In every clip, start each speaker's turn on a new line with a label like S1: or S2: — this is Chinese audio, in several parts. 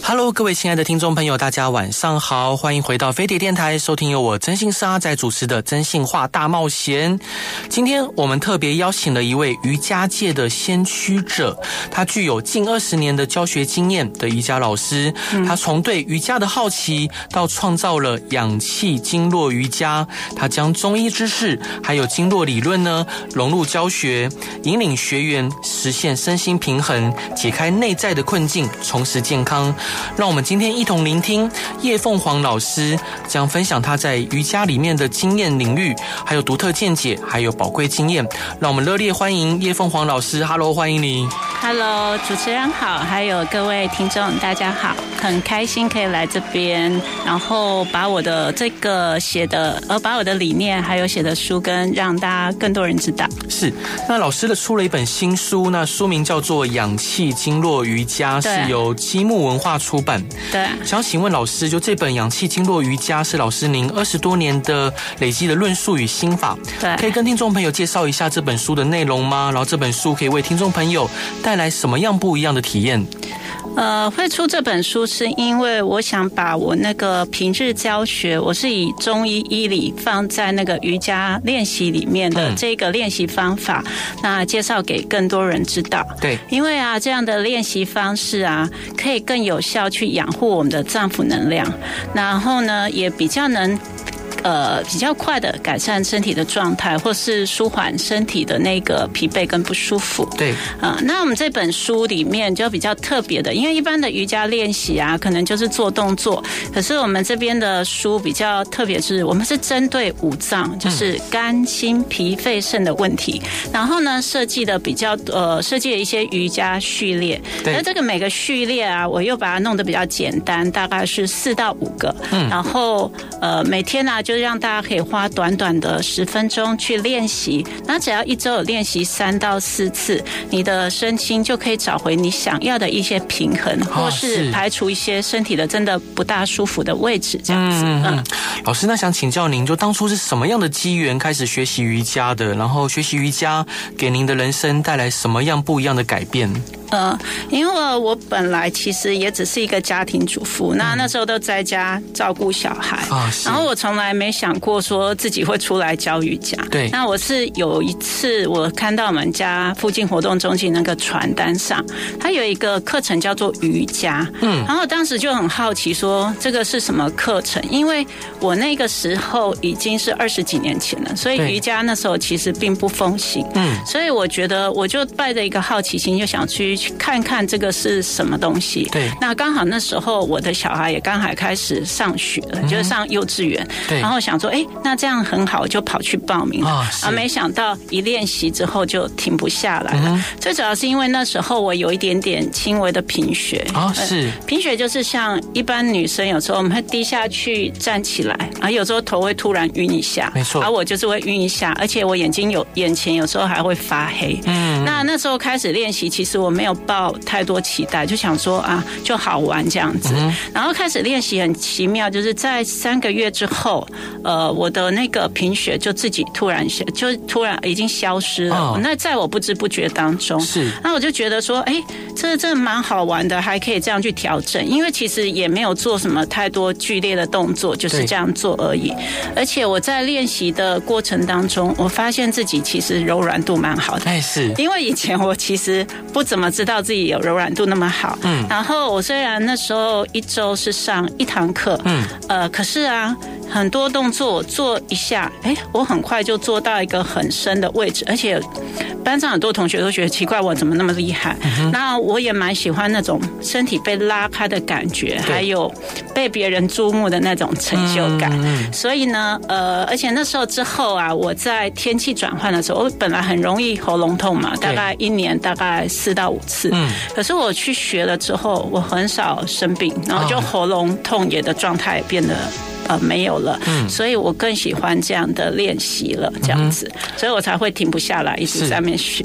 S1: Hello，各位亲爱的听众朋友，大家晚上好，欢迎回到飞碟电台，收听由我真心是阿仔主持的《真心话大冒险》。今天我们特别邀请了一位瑜伽界的先驱者，他具有近二十年的教学经验的瑜伽老师，他从对瑜伽的好奇到创造了氧气经络瑜伽，他将中医知识还有经络理论呢融入教学，引领学员实现身心平衡，解开内在的困境，重拾健康。让我们今天一同聆听叶凤凰老师将分享他在瑜伽里面的经验领域，还有独特见解，还有宝贵经验。让我们热烈欢迎叶凤凰老师，Hello，欢迎你。
S2: Hello，主持人好，还有各位听众，大家好，很开心可以来这边，然后把我的这个写的，呃，把我的理念还有写的书跟让大家更多人知道。
S1: 是，那老师的出了一本新书，那书名叫做《氧气经络瑜伽》，
S2: 对
S1: 是由积木文化出版。
S2: 对，
S1: 想请问老师，就这本《氧气经络瑜伽》是老师您二十多年的累积的论述与心法，
S2: 对
S1: 可以跟听众朋友介绍一下这本书的内容吗？然后这本书可以为听众朋友带来什么样不一样的体验？
S2: 呃，会出这本书是因为我想把我那个平日教学，我是以中医医理放在那个瑜伽练习里面的
S1: 嗯
S2: 这个练习方法，那介绍给更多人知道。
S1: 对，
S2: 因为啊，这样的练习方式啊，可以更有效去养护我们的脏腑能量，然后呢，也比较能。呃，比较快的改善身体的状态，或是舒缓身体的那个疲惫跟不舒服。
S1: 对，
S2: 啊、那我们这本书里面就比较特别的，因为一般的瑜伽练习啊，可能就是做动作，可是我们这边的书比较特别是，我们是针对五脏，就是肝、心、脾、肺、肾的问题，然后呢设计的比较呃设计了一些瑜伽序列，
S1: 对
S2: 那这个每个序列啊，我又把它弄得比较简单，大概是四到五个，嗯，然后呃每天呢、啊、就让大家可以花短短的十分钟去练习，那只要一周有练习三到四次，你的身心就可以找回你想要的一些平衡，或
S1: 啊是
S2: 是排除一些身体的真的不大舒服的位置，这样子，
S1: 嗯
S2: 嗯
S1: 嗯。老师，那想请教您，就当初是什么样的机缘开始学习瑜伽的？然后学习瑜伽给您的人生带来什么样不一样的改变？
S2: 呃，因为我本来其实也只是一个家庭主妇，那那时候都在家照顾小孩，
S1: 啊是
S2: 然后我从来没想过说自己会出来教瑜伽。
S1: 对
S2: 那我是有一次我看到我们家附近活动中心那个传单上，它有一个课程叫做瑜伽，嗯，然后我当时就很好奇说这个是什么课程，因为我那个时候已经是二十几年前了，所以
S1: 对
S2: 瑜伽那时候其实并不风行，
S1: 嗯，
S2: 所以我觉得，我就带着一个好奇心，就想去去看看这个是什么东西。
S1: 对
S2: 那刚好那时候我的小孩也刚好开始上学了，就是上幼稚园。
S1: 嗯对
S2: 然后想说，哎，那这样很好，就跑去报名了。
S1: 啊是
S2: 没想到一练习之后就停不下来
S1: 嗯
S2: 了。最主要是因为那时候我有一点点轻微的贫血。
S1: 啊，
S2: 呃
S1: 是，
S2: 贫血就是像一般女生，有时候我们会低下去站起来，啊，有时候头会突然晕一下，
S1: 没错
S2: 而我就是会晕一下，而且我眼睛有眼前有时候还会发黑。
S1: 嗯，
S2: 那那时候开始练习，其实我没有抱太多期待，就想说啊，就好玩这样子。
S1: 嗯
S2: 然后开始练习很奇妙，就是在三个月之后，呃，我的那个贫血就自己突然消，就突然已经消失了。
S1: 哦
S2: 那在我不知不觉当中，
S1: 是
S2: 那我就觉得说，哎，这这蛮好玩的，还可以这样去调整，因为其实也没有做什么太多剧烈的动作，就是
S1: 对
S2: 这样做而已。而且我在练习的过程当中，我发现自己其实柔软度蛮好的。
S1: 哎是，
S2: 因为以前我其实不怎么知道自己有柔软度那么好，
S1: 嗯
S2: 然后我虽然那时候一周是上一堂课，
S1: 嗯，
S2: 呃，可是啊，很多动作我做一下，哎，我很快就做到一个很深的位置，而且班上很多同学都觉得奇怪，我怎么那么厉害？
S1: 嗯
S2: 那我也蛮喜欢那种身体被拉开的感觉，
S1: 对
S2: 还有被别人注目的那种成就感。
S1: 嗯
S2: 所以呢，呃，而且那时候之后啊，我在天气转换的时候，我本来很容易喉咙痛嘛，大概一年大概四到五次。
S1: 嗯
S2: 可是我去学了之后，我很少生病，然后就
S1: 哦
S2: 喉咙痛也的状态变得呃没有了，
S1: 嗯
S2: 所以我更喜欢这样的练习了，这样子，所以我才会停不下来，一
S1: 嗯
S2: 直
S1: 是
S2: 在那边学。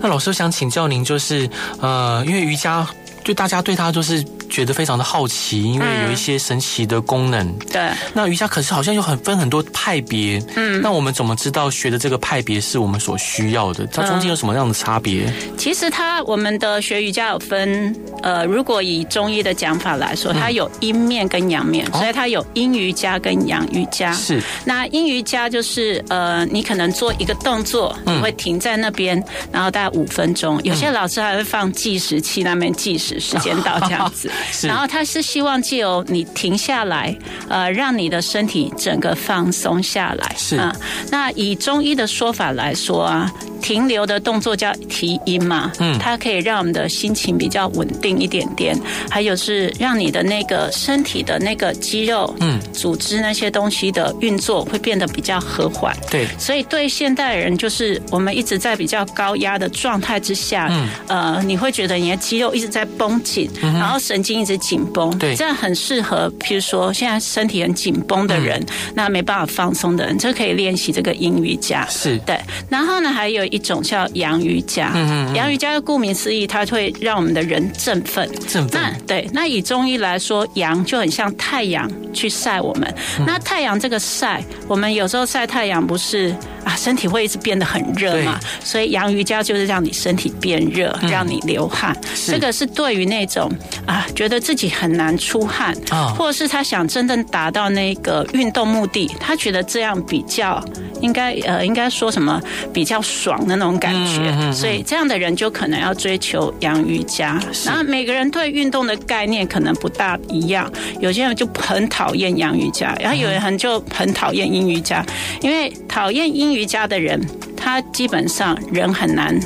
S1: 那老师，我想请教您，就是呃，因为瑜伽对大家对它就是觉得非常的好奇，因为有一些神奇的功能。
S2: 对。
S1: 那瑜伽可是好像有很分很多派别，嗯，那我们怎么知道学的这个派别是我们所需要的？它中间有什么样的差别？
S2: 其实它我们的学瑜伽有分，呃，如果以中医的讲法来
S1: 嗯
S2: 说，它有阴面跟阳面，所以它有阴瑜伽跟阳瑜伽。
S1: 是
S2: 那阴瑜伽就是呃，你可能做一个动作，你会停在那边，然后大概五分钟。有些老师还会放计时器那边计时，时间到这样子
S1: 。是
S2: 然后他是希望借由你停下来，呃，让你的身体整个放松下来。
S1: 是
S2: 啊那以中医的说法来说啊，停留的动作叫提音嘛，嗯，它可以让我们的心情比较稳定一点点，还有是让你的那个身体的那个肌肉、嗯，组织那些东西的运作会变得比较和缓。
S1: 对，
S2: 所以对现代人，就是我们一直在比较高压的状态之下，呃，你会觉得你的肌肉一直在绷紧，然后神经一直紧绷，
S1: 对
S2: 这样很适合，譬如说现在身体很紧绷的人，那没办法放松的人，就可以练习这个阴瑜伽。
S1: 是
S2: 对，然后呢，还有一种叫阳瑜伽。嗯嗯阳瑜伽顾名思义，它会让我们的人振奋。
S1: 振奋
S2: 那对，那以中医来说，阳就很像太阳去晒我们。那太阳这个晒，我们有时候晒太阳不是啊，身体会一直变得很热嘛。所以阳瑜伽就是让你身体变热，让你流汗。
S1: 是
S2: 这个是对于那种啊，觉得自己很难出汗，
S1: 啊
S2: 或者是他想真正达到那个运动目的，他觉得这样比较应该呃，应该说什么比较爽的那种感觉。所以这样的人就可能要追求洋瑜伽。然后每个人对运动的概念可能不大一样，有些人就很讨厌洋瑜伽，然后有人就很讨厌阴瑜伽，因为讨厌阴瑜伽的人，他基本上人很难。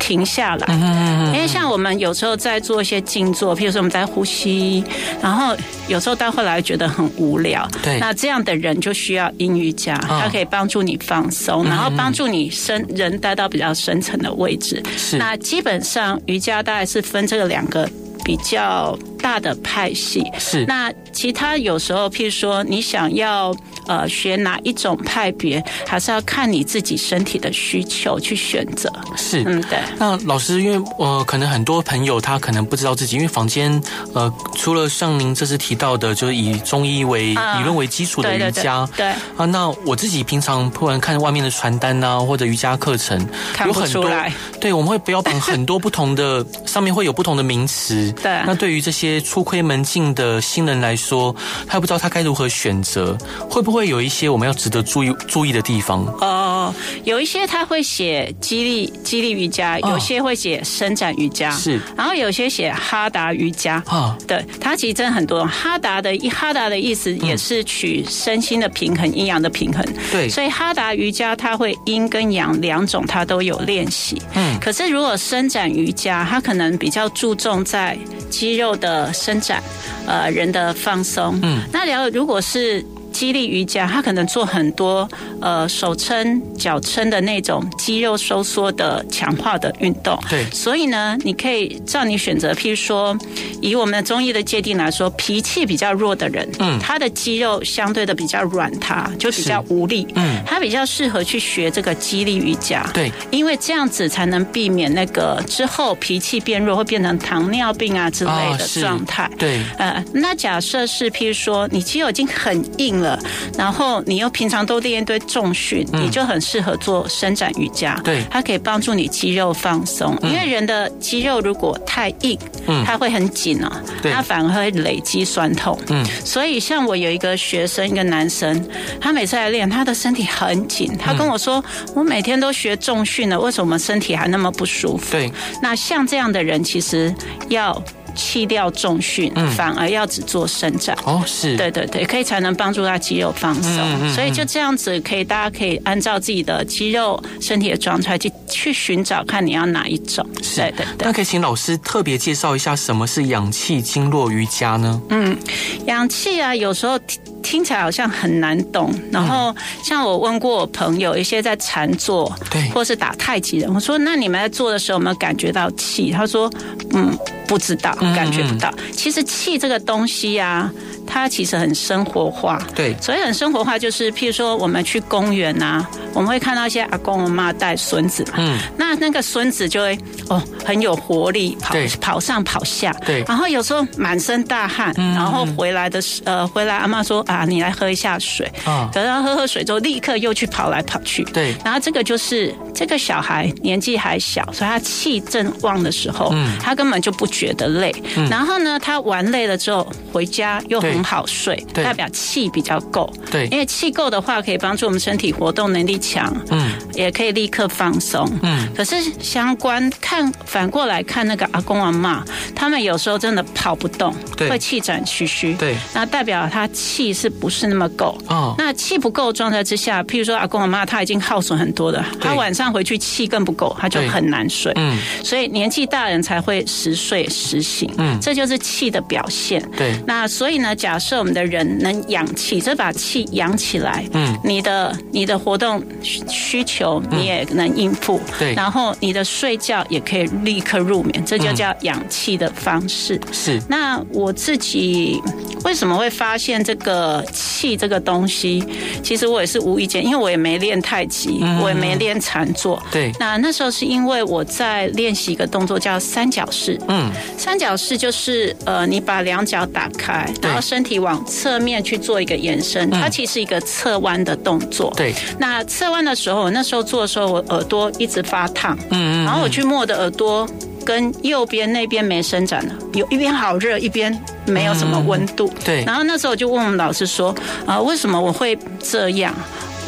S2: 停下来，
S1: 嗯
S2: 因为像我们有时候在做一些静坐，譬如说我们在呼吸，然后有时候到后来觉得很无聊，
S1: 对嗯
S2: 那这样的人就需要阴瑜伽，它可以帮助你放松，然后帮助你深人待到比较深层的位置。
S1: 是
S2: 那基本上瑜伽大概是分这个两个比较大的派系。
S1: 是
S2: 那其他有时候，譬如说你想要呃学哪一种派别，还是要看你自己身体的需求去选择。
S1: 是，
S2: 嗯，对。
S1: 那老师，因为呃，可能很多朋友他可能不知道自己，因为坊间呃，除了像您这次提到的，就是以中医为、
S2: 啊
S1: 理论为基础的
S2: 对
S1: 瑜
S2: 对
S1: 伽，
S2: 对对
S1: 啊，那我自己平常不然看外面的传单啊，或者瑜伽课程，
S2: 看
S1: 有
S2: 不
S1: 很
S2: 出
S1: 多
S2: 来，
S1: 对，我们会标榜很多不同的，上面会有不同的名词。
S2: 对
S1: 那对于这些初窥门径的新人来说，他不知道他该如何选择，会不会有一些我们要值得注意注意的地方？
S2: 哦，有一些他会写激励激励瑜伽，有些会写伸展瑜伽，
S1: 哦是
S2: 然后有些写哈达瑜伽。
S1: 啊，
S2: 对，它其实真的很多。哈达的哈达的意思也是取身心的平衡、阴阳的平衡。
S1: 对
S2: 所以哈达瑜伽它会阴跟阳两种，它都有练习。嗯，可是如果伸展瑜伽，它可能比较注重在肌肉的伸展，呃，人的放松。嗯，那了如果是。肌力瑜伽，它可能做很多呃手撑、脚撑的那种肌肉收缩的强化的运动。
S1: 对
S2: 所以呢，你可以照你选择，譬如说，以我们的中医的界定来说，脾气比较弱的人，嗯，他的肌肉相对的比较软塌，就比较无力，嗯，他比较适合去学这个肌力瑜伽，
S1: 对，
S2: 因为这样子才能避免那个之后脾气变弱会变成糖尿病啊之类
S1: 啊
S2: 的
S1: 是
S2: 状态，
S1: 对，
S2: 呃，那假设是，譬如说你肌肉已经很硬了，然后你又平常都练一堆重训，你就很适合做伸展瑜伽。
S1: 嗯对嗯
S2: 它可以帮助你肌肉放松，因为人的肌肉如果太硬，它会很紧啊、
S1: 对
S2: 它反而会累积酸痛。嗯，所以像我有一个学生，一个男生，他每次来练，他的身体很紧，他跟我说，我每天都学重训了，为什么身体还那么不舒服？
S1: 对，
S2: 那像这样的人，其实要弃掉重训，反而要只做伸展。
S1: 哦，是，
S2: 对对对，可以才能帮助他肌肉放松，所以就这样子可以，大家可以按照自己的肌肉、身体的状态去去寻找，看你要哪一种。对对对
S1: 那，可以请老师特别介绍一下什么是氧气经络瑜伽呢？
S2: 嗯氧气啊，有时候听听起来好像很难懂。然后像我问过我朋友，一些在禅坐，
S1: 对
S2: 或是打太极人，我说那你们在做的时候有没有感觉到
S1: 嗯
S2: 气？他说，嗯，不知道，感觉不到。其实气这个东西啊，它其实很生活化。
S1: 对
S2: 所以很生活化，就是譬如说我们去公园啊，我们会看到一些阿公阿妈带孙子嘛，
S1: 嗯，
S2: 那那个孙子就会哦很有活力，跑
S1: 对
S2: 跑上跑下，
S1: 对嗯
S2: 然后有时候满身大汗，然后回来的时呃回来阿妈说啊你来喝一下水，
S1: 啊
S2: 可是他喝喝水之后立刻又去跑来跑去，
S1: 对
S2: 然后这个就是这个小孩年纪还小，所以他气正旺的时候，
S1: 嗯
S2: 他根本就不觉得累。然后呢，他玩累了之后回家又很好睡，
S1: 对
S2: 代表气比较够。
S1: 对
S2: 因为气够的话，可以帮助我们身体活动能力强，
S1: 嗯，
S2: 也可以立刻放松，
S1: 嗯。
S2: 可是相关看反过来看那个阿公阿妈，他们有时候真的跑不动，
S1: 对
S2: 会气喘吁吁，
S1: 对，
S2: 那代表他气是不是那么够？
S1: 哦
S2: 那气不够的状态之下，譬如说阿公阿妈他已经耗损很多了，
S1: 对
S2: 他晚上回去气更不够，他就
S1: 对
S2: 很难睡。
S1: 嗯，
S2: 所以年纪大人才会时睡时醒，
S1: 嗯
S2: 这就是气的表现。
S1: 对
S2: 那所以呢，假设我们的人能养气，这把气养起来，
S1: 嗯，
S2: 你的你的活动需需求你也能应付，
S1: 对
S2: 然后你的睡觉也可以立刻入眠，这就
S1: 嗯
S2: 叫养气的方式。
S1: 是，
S2: 那我自己为什么会发现这个气这个东西？其实我也是无意间，因为我也没练太极，我也没练禅坐。
S1: 对
S2: 那那时候是因为我在练习一个动作叫三角式。
S1: 嗯，
S2: 三角式就是呃，你把两脚打开，
S1: 对
S2: 然后身体往侧面去做一个延伸，它其实是一个侧弯的动作。
S1: 对，
S2: 那侧弯的时候，我那时候做的时候，我耳朵一直发烫，
S1: 嗯
S2: 然后我去摸我的耳朵，跟右边那边没伸展了，有一边好热，一边没有什么温度。
S1: 嗯对
S2: 然后那时候我就问我们老师说，啊、为什么我会这样？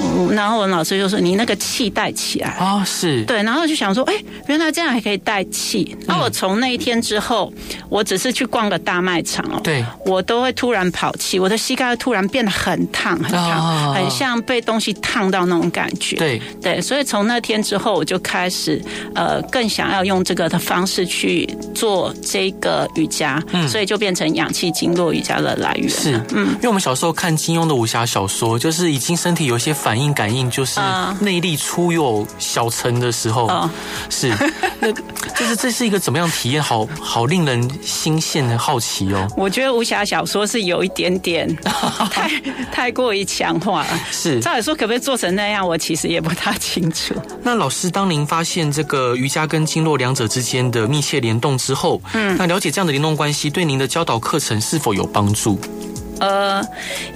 S2: 嗯然后我们老师就说，你那个气带起来。
S1: 哦，是，
S2: 对，然后就想说，哎，原来这样还可以带气。那我从那一天之后，我只是去逛个大卖场哦，
S1: 对，
S2: 我都会突然跑气，我的膝盖会突然变得很烫，很烫，
S1: 哦
S2: 很像被东西烫到那种感觉。
S1: 对，
S2: 对，所以从那天之后，我就开始呃，更想要用这个的方式去做这个瑜伽，所以就变成氧气经络瑜伽的来源了。
S1: 嗯是，嗯，因为我们小时候看金庸的武侠小说，就是已经身体有一些反应感应，就是
S2: 啊
S1: 内力初有小成的时候，
S2: 哦
S1: 是，那 就是这是一个怎么样体验？好好令人心羡的好奇哦，
S2: 我觉得武侠小说是有一点点 太太过于强化了。
S1: 是。
S2: 照理说，可不可以做成那样？我其实也不太清楚。
S1: 那老师，当您发现这个瑜伽跟经络两者之间的密切联动之后，嗯，那了解这样的联动关系，对您的教导课程是否有帮助？
S2: 呃，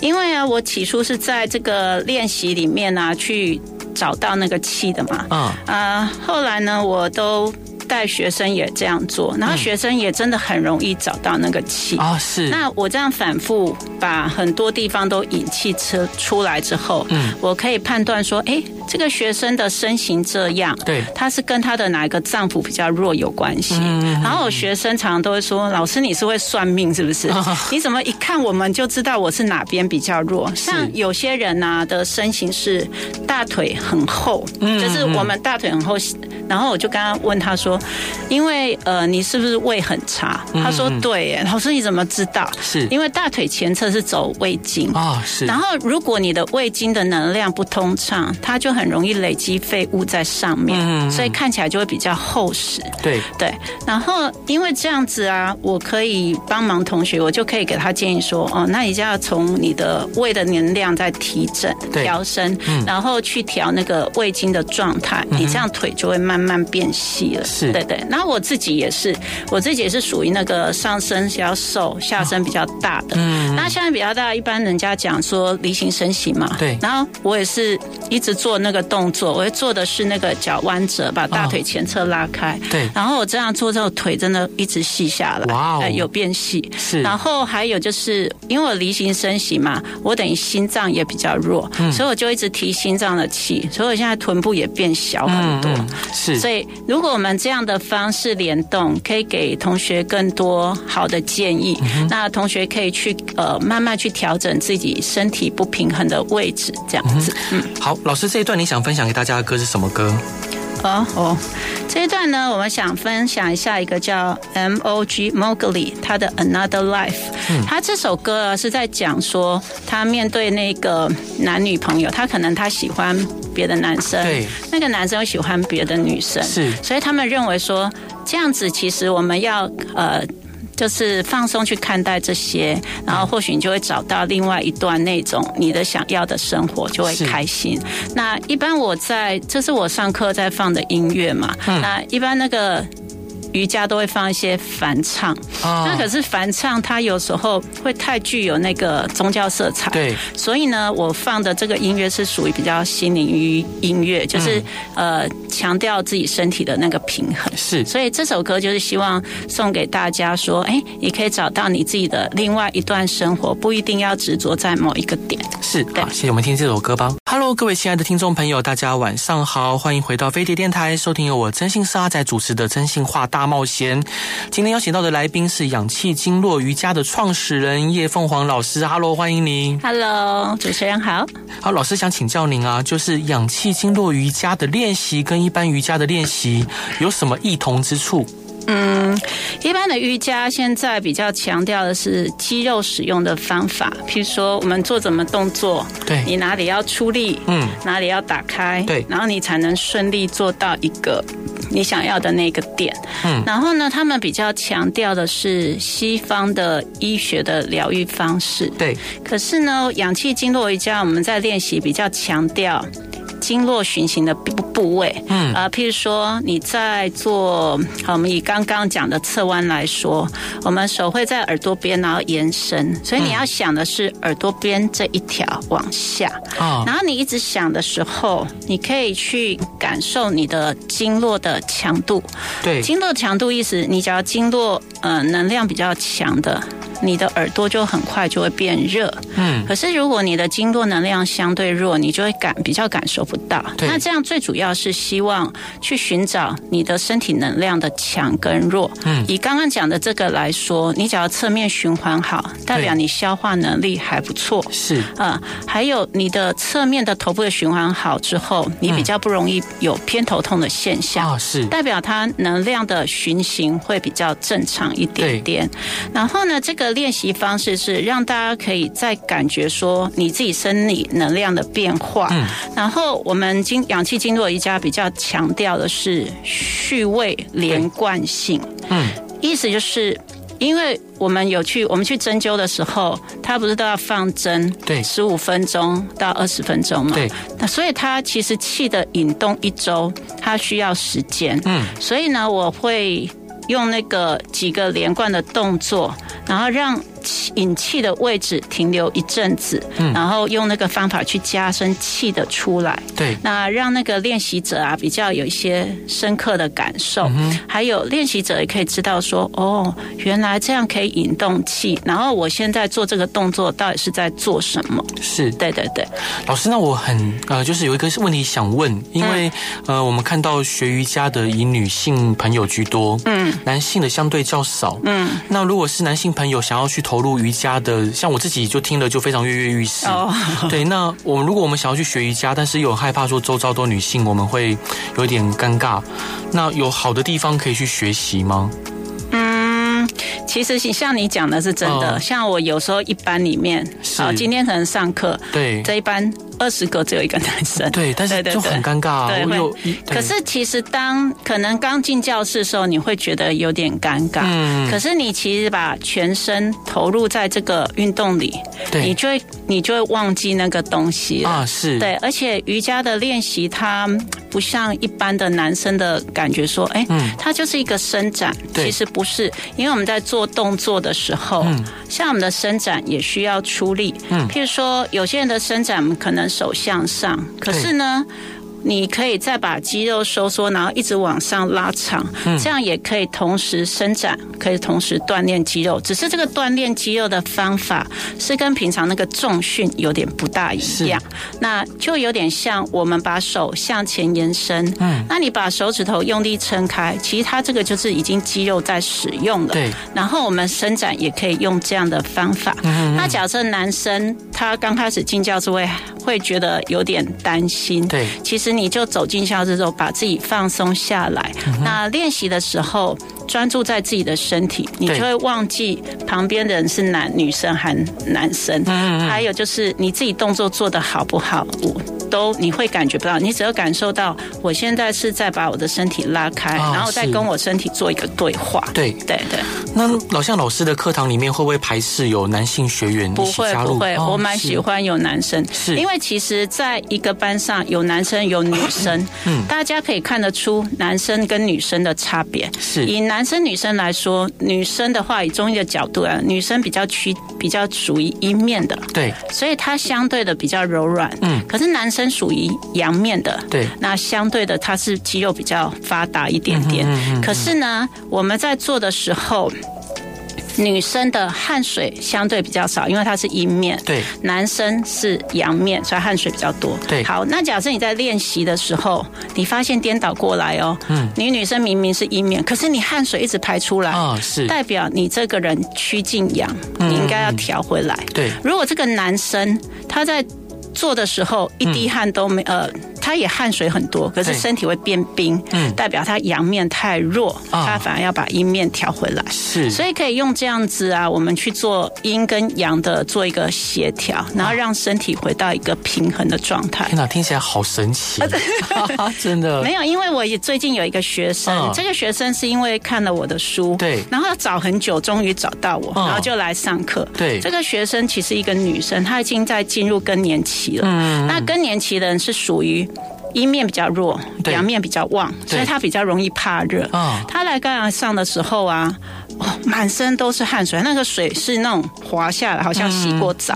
S2: 因为啊，我起初是在这个练习里面呢、啊、去找到那个气的嘛。
S1: 啊，
S2: 呃，后来呢，我都带学生也这样做，然后学生也真的很容易找到那个气。
S1: 啊，嗯是，
S2: 那我这样反复把很多地方都引气出出来之后，
S1: 嗯，
S2: 我可以判断说，哎，这个学生的身形这样，
S1: 对
S2: 他是跟他的哪一个脏腑比较弱有关系。然后我学生常常都会说，老师你是会算命是不是？你怎么一看我们就知道我是哪边比较弱？像有些人呐、的身形是大腿很厚，就是我们大腿很厚。然后我就刚刚问他说，因为呃你是不是胃很差？他说对耶，老师你怎么知道？
S1: 是
S2: 因为大腿前侧是走胃经。
S1: 啊，是，
S2: 然后，如果你的胃经的能量不通畅，它就很容易累积废物在上面，
S1: 嗯嗯嗯
S2: 所以看起来就会比较厚实。
S1: 对，
S2: 对，然后因为这样子啊，我可以帮忙同学，我就可以给他建议说，哦，那你就要从你的胃的能量再提振、
S1: 对嗯
S2: 调升，然后去调那个胃经的状态，你这样腿就会慢慢变细了。
S1: 是
S2: 对对。然后我自己也是，我自己也是属于那个上身比较瘦，下身比较大的。嗯。那下身比较大，一般人家讲说梨形身形嘛。
S1: 对
S2: 然后我也是一直做那个动作，我会做的是那个脚弯折，把大
S1: 哦
S2: 腿前侧拉开。
S1: 对
S2: 然后我这样做之后，腿真的一直细下来，
S1: 哇哦
S2: 呃有变细。
S1: 是
S2: 然后还有就是，因为我离心身形嘛，我等于心脏也比较弱，
S1: 嗯
S2: 所以我就一直提心脏的气，所以我现在臀部也变小很多。
S1: 嗯，是，
S2: 所以，如果我们这样的方式联动，可以给同学更多好的建议。
S1: 嗯
S2: 那同学可以去呃，慢慢去调整自己身体不平衡的位置，这样子。嗯
S1: 好，老师这一段你想分享给大家的歌是什么歌？
S2: 哦哦，这一段呢，我们想分享一下一个叫 M O G Mowgli 他的 Another Life。他
S1: 嗯
S2: 这首歌啊是在讲说，他面对那个男女朋友，他可能他喜欢别的男生，
S1: 对，
S2: 那个男生又喜欢别的女生，
S1: 是
S2: 所以他们认为说，这样子其实我们要呃。就是放松去看待这些，然后或许你就会找到另外一段那种你的想要的生活，就会
S1: 是
S2: 开心。那一般我在这是我上课在放的音乐嘛，
S1: 嗯
S2: 那一般那个瑜伽都会放一些梵唱，
S1: 啊
S2: 那可是梵唱它有时候会太具有那个宗教色彩，
S1: 对，
S2: 所以呢，我放的这个音乐是属于比较心灵音音乐，就是、
S1: 嗯
S2: 呃强调自己身体的那个平衡。
S1: 是
S2: 所以这首歌就是希望送给大家说，哎，你可以找到你自己的另外一段生活，不一定要执着在某一个点。
S1: 是，
S2: 对
S1: 好，谢谢我们听这首歌吧。Hello，各位亲爱的听众朋友，大家晚上好，欢迎回到飞碟电台，收听由我真心是阿仔主持的《真心话大冒险》。今天邀请到的来宾是氧气经络瑜伽的创始人叶凤凰老师。Hello，欢迎您。
S2: Hello，主持人好。
S1: 好，老师想请教您啊，就是氧气经络瑜伽的练习跟一般瑜伽的练习有什么异同之处？
S2: 一般的瑜伽现在比较强调的是肌肉使用的方法，譬如说我们做怎么动作，
S1: 对，
S2: 你哪里要出力，
S1: 嗯，
S2: 哪里要打开，
S1: 对
S2: 然后你才能顺利做到一个你想要的那个点。
S1: 嗯
S2: 然后呢，他们比较强调的是西方的医学的疗愈方式。
S1: 对，
S2: 可是呢，氧气经络瑜伽我们在练习比较强调经络循行的部部位。
S1: 嗯
S2: 啊、譬如说你在做，好，我们以刚刚讲的侧弯来说，我们手会在耳朵边，然后延伸，所以你要想的是耳朵边这一条往下。
S1: 啊，
S2: 然后你一直想的时候，你可以去感受你的经络的强度。
S1: 对，
S2: 经络强度意思，你只要经络呃能量比较强的，你的耳朵就很快就会变热。
S1: 嗯，
S2: 可是如果你的经络能量相对弱，你就会感比较感受不到。
S1: 对
S2: 那这样最主要是希望去寻找你的身体能量的强跟弱。
S1: 嗯
S2: 以刚刚讲的这个来说，你只要侧面循环好，代表
S1: 对
S2: 你消化能力还不错。
S1: 是，
S2: 嗯，还有你的侧面的头部的循环好之后，你
S1: 嗯
S2: 比较不容易有偏头痛的现象。
S1: 啊，是，
S2: 代表它能量的循行会比较正常一点点。然后呢，这个练习方式是让大家可以在感觉说你自己生理能量的变化。
S1: 嗯
S2: 然后我们经氧气经络瑜伽比较强调的是序位连贯性。
S1: 嗯，
S2: 意思就是。因为我们有去我们去针灸的时候，它不是都要放针，
S1: 对
S2: 十五分钟到二十分钟嘛，
S1: 对，
S2: 那所以它其实气的引动一周，它需要时间，
S1: 嗯，
S2: 所以呢，我会用那个几个连贯的动作，然后让气引气的位置停留一阵子，
S1: 嗯
S2: 然后用那个方法去加深气的出来。
S1: 对，
S2: 那让那个练习者啊比较有一些深刻的感受，
S1: 嗯
S2: 还有练习者也可以知道说，哦，原来这样可以引动气，然后我现在做这个动作到底是在做什么？
S1: 是。
S2: 对对对，
S1: 老师，那我很呃，就是有一个问题想问，因
S2: 嗯
S1: 为、呃，我们看到学瑜伽的以女性朋友居多，嗯，男性的相对较少，嗯。那如果是男性朋友想要去投入瑜伽的，像我自己就听了就非常跃跃欲试。
S2: 哦，
S1: 对，那我们如果我们想要去学瑜伽，但是又很害怕说周遭都女性，我们会有点尴尬。那有好的地方可以去学习吗？
S2: 嗯，其实像你讲的是真的，
S1: 哦
S2: 像我有时候一班里面，
S1: 是
S2: 好，今天可能上课
S1: 对，
S2: 这一班二十个只有一个男生，
S1: 对，但是
S2: 对对
S1: 就很尴尬、啊。
S2: 对会
S1: 我有，对
S2: 可是其实当可能刚进教室的时候，你会觉得有点尴尬。
S1: 嗯
S2: 可是你其实把全身投入在这个运动里，
S1: 对
S2: 你就会你就会忘记那个东西了。
S1: 啊，是，
S2: 对，而且瑜伽的练习，它嗯不像一般的男生的感觉，说，哎、
S1: 嗯
S2: 它就是一个伸展，
S1: 对
S2: 其实不是，因为我们在做动作的时候，
S1: 嗯
S2: 像我们的伸展也需要出力，
S1: 嗯
S2: 譬如说有些人的伸展可能手向上，可
S1: 对
S2: 是呢。你可以再把肌肉收缩，然后一直往上拉长，
S1: 嗯
S2: 这样也可以同时伸展，可以同时锻炼肌肉。只是这个锻炼肌肉的方法是跟平常那个重训有点不大一样，那就有点像我们把手向前延伸，
S1: 嗯，
S2: 那你把手指头用力撑开，其实它这个就是已经肌肉在使用了。
S1: 对，
S2: 然后我们伸展也可以用这样的方法。
S1: 嗯
S2: 那假设男生他刚开始进教室会会觉得有点担心，
S1: 对
S2: 其实你就走进教室之后，把自己放松下来。
S1: 嗯
S2: 那练习的时候专注在自己的身体，你
S1: 对
S2: 就会忘记旁边的人是
S1: 嗯
S2: 男女生还男生。还有就是你自己动作做得好不好，我都你会感觉不到，你只要感受到我现在是在把我的身体拉开，
S1: 啊
S2: 然后再
S1: 是
S2: 跟我身体做一个对话。
S1: 对
S2: 对对，
S1: 那老像老师的课堂里面会不会排斥有男性学员一
S2: 不
S1: 起
S2: 会
S1: 加入？
S2: 不会，
S1: 哦
S2: 我蛮
S1: 是
S2: 喜欢有男生，
S1: 是
S2: 因为其实在一个班上有男生有女生，
S1: 嗯
S2: 大家可以看得出男生跟女生的差别。
S1: 是
S2: 以男生女生来说，女生的话，以中医的角度啊，女生比较趋比较属于阴面的，
S1: 对
S2: 所以它相对的比较柔软。
S1: 嗯，
S2: 可是男生属于阳面的，
S1: 对
S2: 那相对的它是肌肉比较发达一点
S1: 嗯
S2: 点。可是呢，我们在做的时候。女生的汗水相对比较少，因为它是阴面。
S1: 对
S2: 男生是阳面，所以汗水比较多。
S1: 对
S2: 好，那假设你在练习的时候，你发现颠倒过来哦，嗯，你女生明明是阴面，可是你汗水一直排出来，
S1: 啊是
S2: 代表你这个人趋近阳，
S1: 嗯
S2: 你应该要调回来。
S1: 对
S2: 如果这个男生他在做的时候一滴汗都没，
S1: 嗯
S2: 呃，他也汗水很多，可是
S1: 对
S2: 身体会变冰，
S1: 嗯
S2: 代表他阳面太弱，
S1: 啊嗯
S2: 他反而要把阴面调回来。
S1: 是，
S2: 所以可以用这样子啊，我们去做阴跟阳的做一个协调，然后
S1: 啊
S2: 让身体回到一个平衡的状态
S1: 天。哪，听起来好神奇， 真的
S2: 啊 没有，因为我也最近有一个学生，
S1: 嗯
S2: 这个学生是因为看了我的书，
S1: 对
S2: 然后他找很久，终于找到我，
S1: 嗯
S2: 然后就来上课。
S1: 对
S2: 这个学生其实一个女生，她已经在进入更年期了。嗯，那更年期的人是属于。阴面比较弱，
S1: 对
S2: 阳面比较旺，
S1: 对
S2: 所以她比较容易怕热。
S1: 嗯
S2: 她来干阳上的时候啊，哦，满身都是汗水，那个水是那种滑下来，好像洗过澡。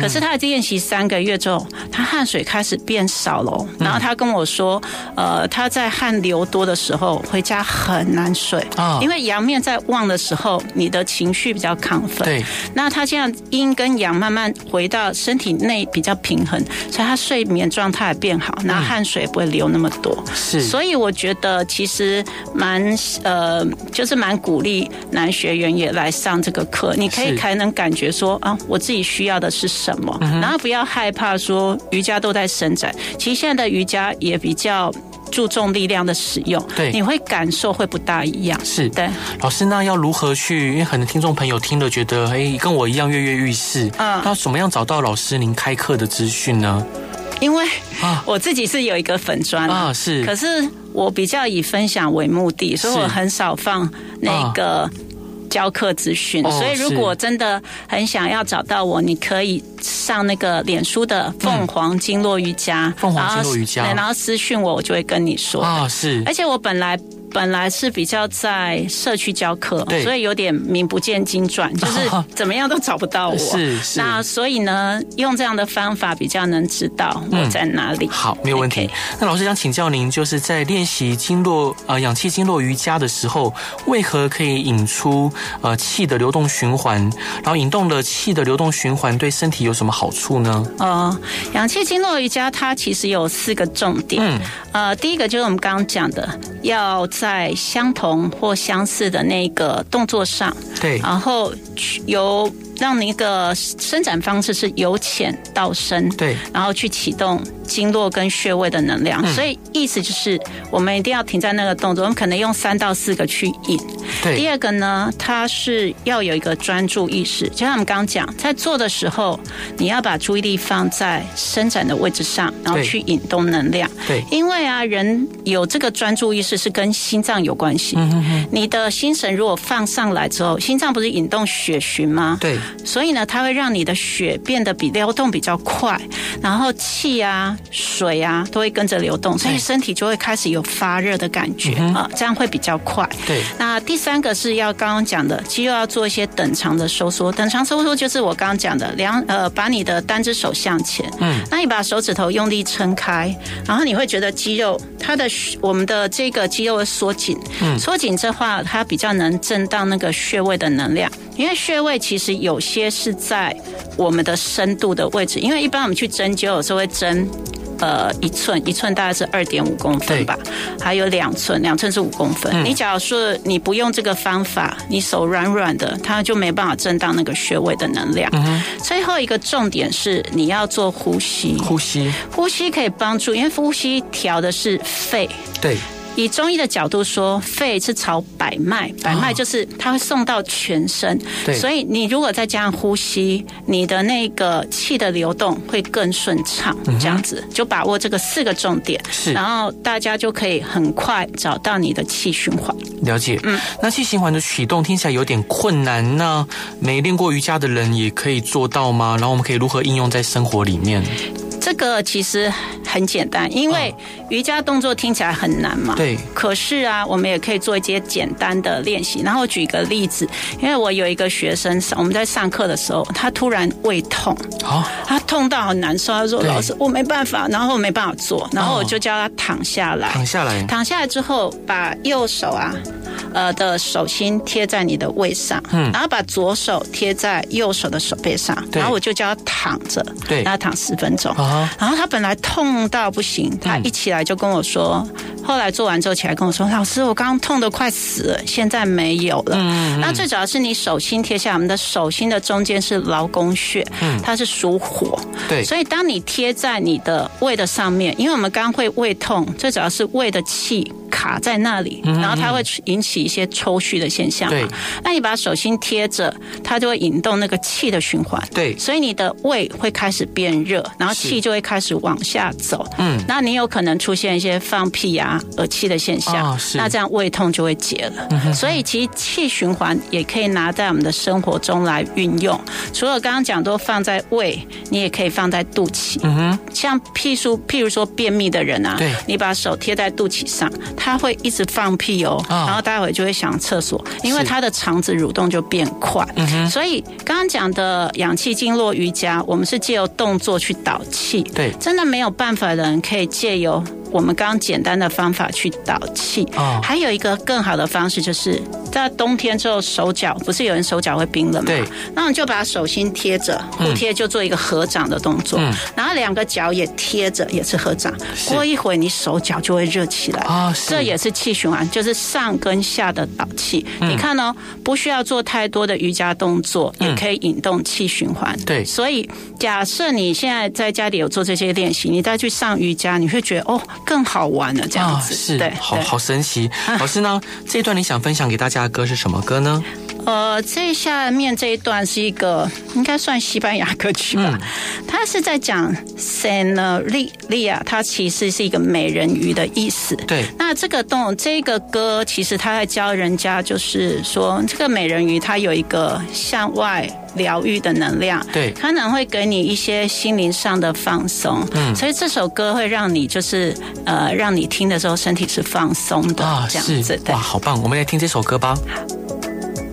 S2: 可是他练习三个月之后，他汗水开始变少了哦。然后他跟我说，呃，他在汗流多的时候回家很难睡，
S1: 啊
S2: 因为阳面在旺的时候，你的情绪比较亢奋。
S1: 对，
S2: 那他这样阴跟阳慢慢回到身体内比较平衡，所以他睡眠状态也变好，然后汗水也不会流那么多。
S1: 是
S2: 所以我觉得其实蛮呃，就是蛮鼓励男学员也来上这个课，你可以
S1: 是嗯
S2: 才能感觉说啊，我自己需要的是什么，然后不要害怕说瑜伽都在伸展，其实现在的瑜伽也比较注重力量的使用，
S1: 对
S2: 你会感受会不大一样，
S1: 是
S2: 对。
S1: 老师，那要如何去？因为可能听众朋友听了觉得，哎，跟我一样跃跃欲试。
S2: 嗯
S1: 那怎么样找到老师您开课的资讯呢？
S2: 因为
S1: 啊
S2: 我自己是有一个粉砖
S1: 啊是
S2: 嗯可是我比较以分享为目的，所以
S1: 是啊
S2: 我很少放那个。教课资讯，
S1: 哦
S2: 所以如果真的很想要找到我，你可以上那个脸书的凤凰经络瑜伽，
S1: 嗯凤凰
S2: 然后
S1: 经络瑜伽
S2: 对然后私讯我，我哎就会跟你说。
S1: 啊，是
S2: 而且我本来本来是比较在社区教课
S1: 对，
S2: 所以有点名不见 经传，就是怎么样都找不到我。
S1: 是是。
S2: 那所以呢，用这样的方法比较能知道我
S1: 嗯
S2: 在哪里。
S1: 好，没有问题
S2: OK。
S1: 那老师想请教您，就是在练习经络呃氧气经络瑜伽的时候，为何可以引出呃气的流动循环？然后引动了气的流动循环，对身体有什么好处呢？
S2: 呃，氧气经络瑜伽它其实有四个重点。
S1: 嗯，
S2: 呃，第一个就是我们刚刚讲的，要在相同或相似的那个动作上，
S1: 对，
S2: 然后去由让你一个伸展方式是由浅到深。
S1: 对，
S2: 然后去启动经络跟穴位的能
S1: 嗯
S2: 量，所以意思就是我们一定要停在那个动作，我们可能用三到四个去引，第
S1: 对，
S2: 二个呢，它是要有一个专注意识，就像我们刚刚讲，在做的时候，你要把注意力放在伸展的位置上，然后
S1: 对
S2: 去引动能量。
S1: 对，
S2: 因为啊，人有这个专注意识是跟心脏有关系。
S1: 嗯
S2: 你的心神如果放上来之后，心脏不是引动血循吗？
S1: 对，
S2: 所以呢，它会让你的血变得比流动比较快，然后气啊、水啊都会跟着流动，所以
S1: 对嗯
S2: 身体就会开始有发热的感觉啊、这样会比较快。
S1: 对，
S2: 那第三个是要刚刚讲的肌肉要做一些等长的收缩，等长收缩就是我刚刚讲的两呃，把你的单只手向前，
S1: 嗯，
S2: 那你把手指头用力撑开，然后你会觉得肌肉它的我们的这个肌肉会缩紧，嗯，缩紧这话它比较能震荡那个穴位的能量，因为穴位其实有些是在我们的深度的位置，因为一般我们去针灸有时候会针。呃，一寸一寸大概是二点五公分
S1: 对
S2: 吧，还有两寸，两寸是五公分。你假如说你不用这个方法，你手软软的，它就没办法震荡那个穴位的能量。最后一个重点是你要做呼吸，
S1: 呼吸，
S2: 呼吸可以帮助，因为呼吸调的是肺，
S1: 对，
S2: 以中医的角度说，肺是朝百脉，百脉就是它会送到全身，
S1: 对
S2: 所以你如果再加上呼吸，你的那个气的流动会更顺畅，这样子就把握这个四个重点，
S1: 是
S2: 然后大家就可以很快找到你的气循环。
S1: 了解。嗯，那气循环的启动听起来有点困难，那没练过瑜伽的人也可以做到吗？然后我们可以如何应用在生活里面？
S2: 这个其实很简单，因为瑜伽动作听起来很难嘛。
S1: 哦对
S2: 可是啊，我们也可以做一些简单的练习。然后举个例子，因为我有一个学生，我们在上课的时候，他突然胃痛，
S1: 好、
S2: 他痛到很难受，他说：“
S1: 对哦
S2: 老师，我没办法。”然后我没办法做，然后我就叫他躺下来。
S1: 躺下来，
S2: 躺下来之后，把右手啊，呃的手心贴在你的胃上，嗯，然后把左手贴在右手的手背上，
S1: 对
S2: 然后我就叫他躺着，
S1: 对
S2: 然后躺十分钟，
S1: 啊哈
S2: 然后他本来痛到不行，他
S1: 嗯
S2: 一起来就跟我说，后来做完之后起来跟我说，老师，我刚刚痛的快死了，现在没有
S1: 嗯
S2: 了。那最主要是你手心贴下，我们的手心的中间是劳宫穴，
S1: 嗯
S2: 它是属火，
S1: 对，
S2: 所以当你贴在你的胃的上面，因为我们刚刚会胃痛，最主要是胃的气卡在那里，然后它会引起一些抽搐的现象
S1: 嗯对
S2: 嘛。那你把手心贴着，它就会引动那个气的循环。
S1: 对
S2: 所以你的胃会开始变热，然后气就会开始往下走。嗯，那你有可能出现一些放屁啊、耳气的现象。
S1: 啊是
S2: 那这样胃痛就会解了。所以其实气循环也可以拿在我们的生活中来运用。除了刚刚讲都放在胃，你也可以放在肚脐。嗯哼，像譬如譬如说便秘的人啊，
S1: 对
S2: 你把手贴在肚脐上，他会一直放屁哦，
S1: 啊
S2: 然后待会就会想厕所，因为
S1: 是
S2: 他的肠子蠕动就变快。嗯哼，所以刚刚讲的氧气经络瑜伽，我们是借由动作去导气。
S1: 对
S2: 真的没有办法的人，可以借由我们刚刚简单的方法去导气。
S1: 哦
S2: 还有一个更好的方式，就是在冬天之后，手脚不是有人手脚会冰冷吗？
S1: 对，
S2: 那你就把手心贴着，互贴就做一个合掌的动作，
S1: 嗯
S2: 然后两个脚也贴着，也是合掌。
S1: 是
S2: 过一会你手脚就会热起来。
S1: 啊是
S2: 这也是气循
S1: 嗯
S2: 环，就是上跟下的导气。你看哦，不需要做太多的瑜伽动作，也可以引动气循环。
S1: 嗯对
S2: 所以假设你现在在家里有做这些练习，你再去上瑜伽，你会觉得哦更好玩了，这样子。
S1: 啊、是，
S2: 对，
S1: 好
S2: 对
S1: 好神 奇。老师呢，这一段你想分享给大家的歌是什么歌呢？
S2: 呃，这下面这一段是一个应该算西班牙歌曲吧，
S1: 嗯
S2: 它是在讲 s e n o r i l a 它其实是一个美人鱼的意思。
S1: 对
S2: 那这个动这个歌，其实他在教人家，就是说这个美人鱼它有一个向外疗愈的能量，
S1: 对
S2: 它可能会给你一些心灵上的放松。嗯，所以这首歌会让你就是呃，让你听的时候身体是放松的，
S1: 啊，
S2: 哦这样子
S1: 是
S2: 对
S1: 哇，。好棒！我们来听这首歌吧。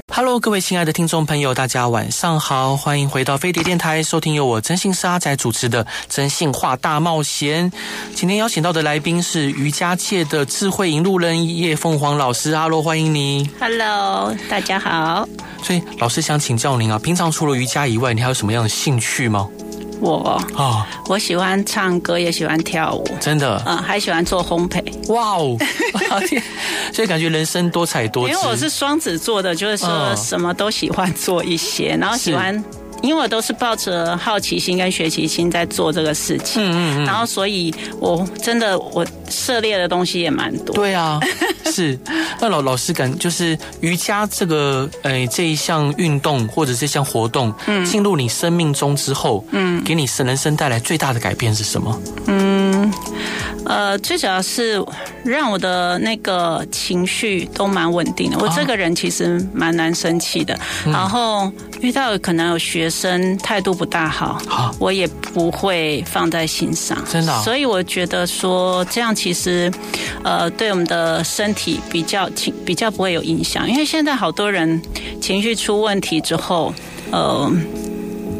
S1: Hello，各位亲爱的听众朋友，大家晚上好，欢迎回到飞碟电台，收听由我真心是阿仔主持的《真性话大冒险》。今天邀请到的来宾是瑜伽界的智慧引路人叶凤凰老师，Hello，欢迎你。
S2: Hello，大家好，
S1: 所以老师想请教您啊，平常除了瑜伽以外，你还有什么样的兴趣吗？
S2: 我
S1: 啊、
S2: 我喜欢唱歌，也喜欢跳舞，
S1: 真的，
S2: 嗯，还喜欢做烘焙。
S1: 哇 哦，天所以感觉人生多彩多
S2: 因
S1: 姿。
S2: 为我是双子座的，就是说
S1: 嗯
S2: 什么都喜欢做一些，然后喜欢。因为我都是抱着好奇心跟学习心在做这个事情，嗯嗯然后所以我真的我涉猎的东西也蛮多。
S1: 对啊，是。那老老师感就是瑜伽这个诶、这一项运动或者这项活动，
S2: 嗯
S1: 进入你生命中之后，嗯，给你生人生带来最大的改变是什么？
S2: 呃，最主要是让我的那个情绪都蛮稳定
S1: 哦
S2: 的。我这个人其实蛮难生气的，
S1: 嗯
S2: 然后遇到可能有学生态度不大好，
S1: 啊
S2: 我也不会放在心上。
S1: 真的啊
S2: 所以我觉得说这样其实，呃，对我们的身体比较情比较不会有影响，因为现在好多人情绪出问题之后，呃。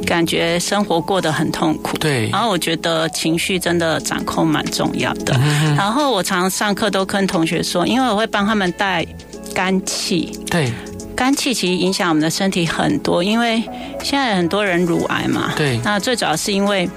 S2: 感觉生活过得很痛苦，
S1: 对
S2: 然后我觉得情绪真的掌控蛮重要的。
S1: 嗯
S2: 然后我常常上课都跟同学说，因为我会帮他们带肝气，
S1: 对
S2: 肝气其实影响我们的身体很多，因为现在很多人乳癌嘛，
S1: 对
S2: 那最主要是因为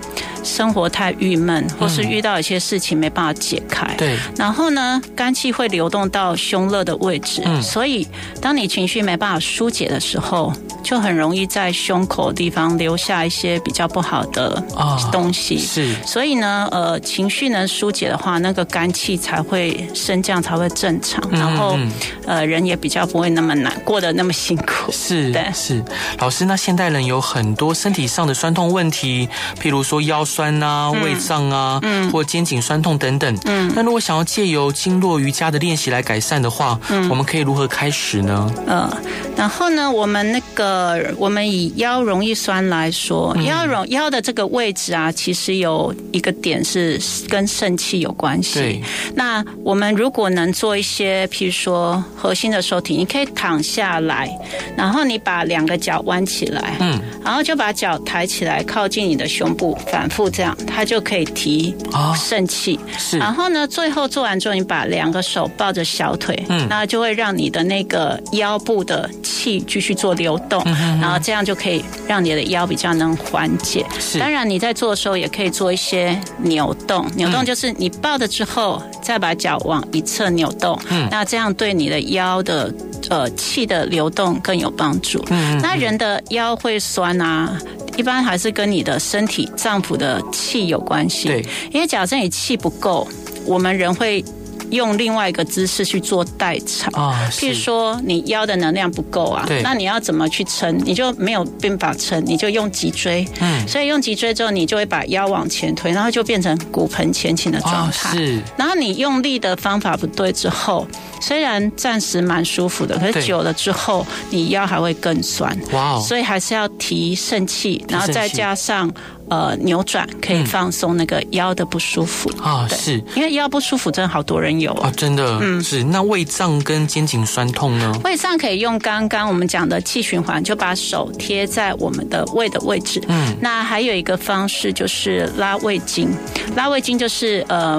S2: 生活太郁闷，或是遇到一些事情没办法解开。
S1: 对，
S2: 然后呢，肝气会流动到胸肋的位置，
S1: 嗯
S2: 所以当你情绪没办法疏解的时候，就很容易在胸口的地方留下一些比较不好的
S1: 啊
S2: 东西。
S1: 是
S2: 所以呢，呃，情绪能疏解的话，那个肝气才会升降，才会正常，然后、
S1: 嗯
S2: 呃，人也比较不会那么难过得那么辛苦。
S1: 是
S2: 对
S1: 是，老师，那现代人有很多身体上的酸痛问题，譬如说腰酸啊、胃胀啊，嗯，或肩颈酸痛等等。嗯，那如果想要借由经络瑜伽的练习来改善的话，嗯，我们可以如何开始呢？
S2: 呃，然后呢，我们那个我们以腰容易酸来说，
S1: 嗯
S2: 腰容腰的这个位置啊，其实有一个点是跟肾气有关
S1: 对
S2: 系。那我们如果能做一些，譬如说核心的收体，你可以躺下来，然后你把两个脚弯起来，
S1: 嗯，
S2: 然后就把脚抬起来，靠近你的胸部，反复这样，它就可以提
S1: 啊、
S2: 肾气。
S1: 是
S2: 然后呢，最后做完之后，你把两个手抱着小腿，
S1: 嗯
S2: 那就会让你的那个腰部的气继续做流动，
S1: 嗯
S2: 然后这样就可以让你的腰比较能缓解。
S1: 是嗯
S2: 当然你在做的时候也可以做一些扭动，扭动就是你抱着之后，再把脚往一侧扭动，
S1: 嗯
S2: 那这样对你的腰的呃气的流动更有帮助。
S1: 嗯
S2: 那人的腰会酸啊，一般还是跟你的身体脏腑的气有关系。
S1: 对，
S2: 因为假设你气不够，我们人会用另外一个姿势去做代偿。
S1: 啊，
S2: 譬如
S1: 是
S2: 说，你腰的能量不够啊
S1: 对，
S2: 那你要怎么去撑？你就没有办法撑，你就用脊椎。
S1: 嗯
S2: 所以用脊椎之后，你就会把腰往前推，然后就变成骨盆前倾的状
S1: 啊
S2: 态。
S1: 是
S2: 然后你用力的方法不对之后，虽然暂时蛮舒服的，可
S1: 对
S2: 是久了之后，你腰还会更酸。
S1: 哇哦，
S2: 所以还是要提肾气，然后再加上呃扭转，可以放松那个腰的不舒服。
S1: 啊
S2: 对
S1: 是
S2: 因为腰不舒服真的好多人有、
S1: 啊
S2: 哦。
S1: 真的、是那胃胀跟肩颈酸痛呢？
S2: 胃上可以用刚刚我们讲的气循环，就把手贴在我们的胃的位置。
S1: 嗯，
S2: 那还有一个方式就是拉胃经，拉胃经就是呃，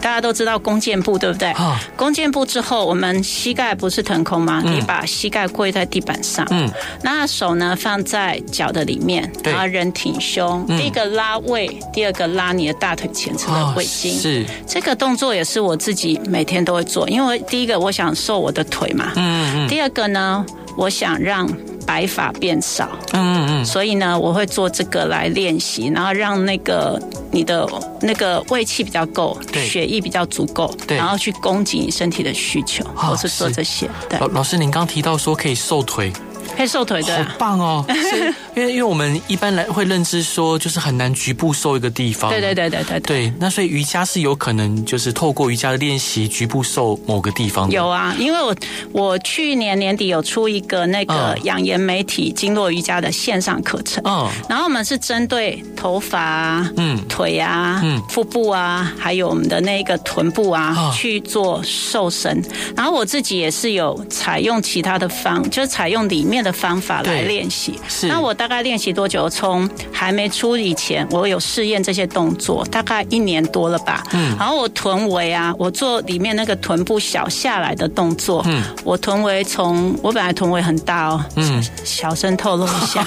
S2: 大家都知道弓箭步，对不对？
S1: 啊
S2: 弓箭步之后，我们膝盖不是腾空吗？你把膝盖跪在地板上，
S1: 嗯，
S2: 那手呢放在脚的里面，
S1: 对嗯
S2: 然后人挺胸。第一个拉胃，第二个拉你的大腿前侧的
S1: 啊
S2: 胃经。
S1: 是
S2: 这个动作也是我自己每天都会做，因为第一个我想瘦我的腿嘛，
S1: 嗯嗯
S2: 第二个呢，我想让白发变少，
S1: 嗯嗯
S2: 所以呢，我会做这个来练习，然后让那个你的那个胃气比较够，
S1: 对
S2: 血液比较足够，
S1: 对
S2: 然后去供给你身体的需求，
S1: 啊
S2: 或是做
S1: 是
S2: 这些，对
S1: 嗯，老，老师您刚提到说可以瘦腿。
S2: 可以瘦腿啊的、
S1: 好棒 哦！是因为因为我们一般来会认知说，就是很难局部瘦一个地方。
S2: 对对对对
S1: 嗯
S2: 对对。
S1: 对那所以瑜伽是有可能就是透过瑜伽的练习，局部瘦某个地方的。
S2: 有啊，因为我我去年年底有出一个那个
S1: 嗯
S2: 养颜媒体经络瑜伽的线上课程，
S1: 嗯
S2: 然后我们是针对头发啊、
S1: 嗯
S2: 腿啊、
S1: 嗯
S2: 腹部啊，还有我们的那个臀部啊，
S1: 啊
S2: 去做瘦身。然后我自己也是有采用其他的方，就是采用里面的方法来
S1: 对
S2: 练习。
S1: 是
S2: 那我大概练习多久？从还没出以前，我有试验这些动作，大概一年多了吧。嗯。然后我臀围啊，我做里面那个臀部小下来的动作。嗯。我臀围从我本来臀围很大哦。
S1: 嗯
S2: 嗯。小声透露一 下，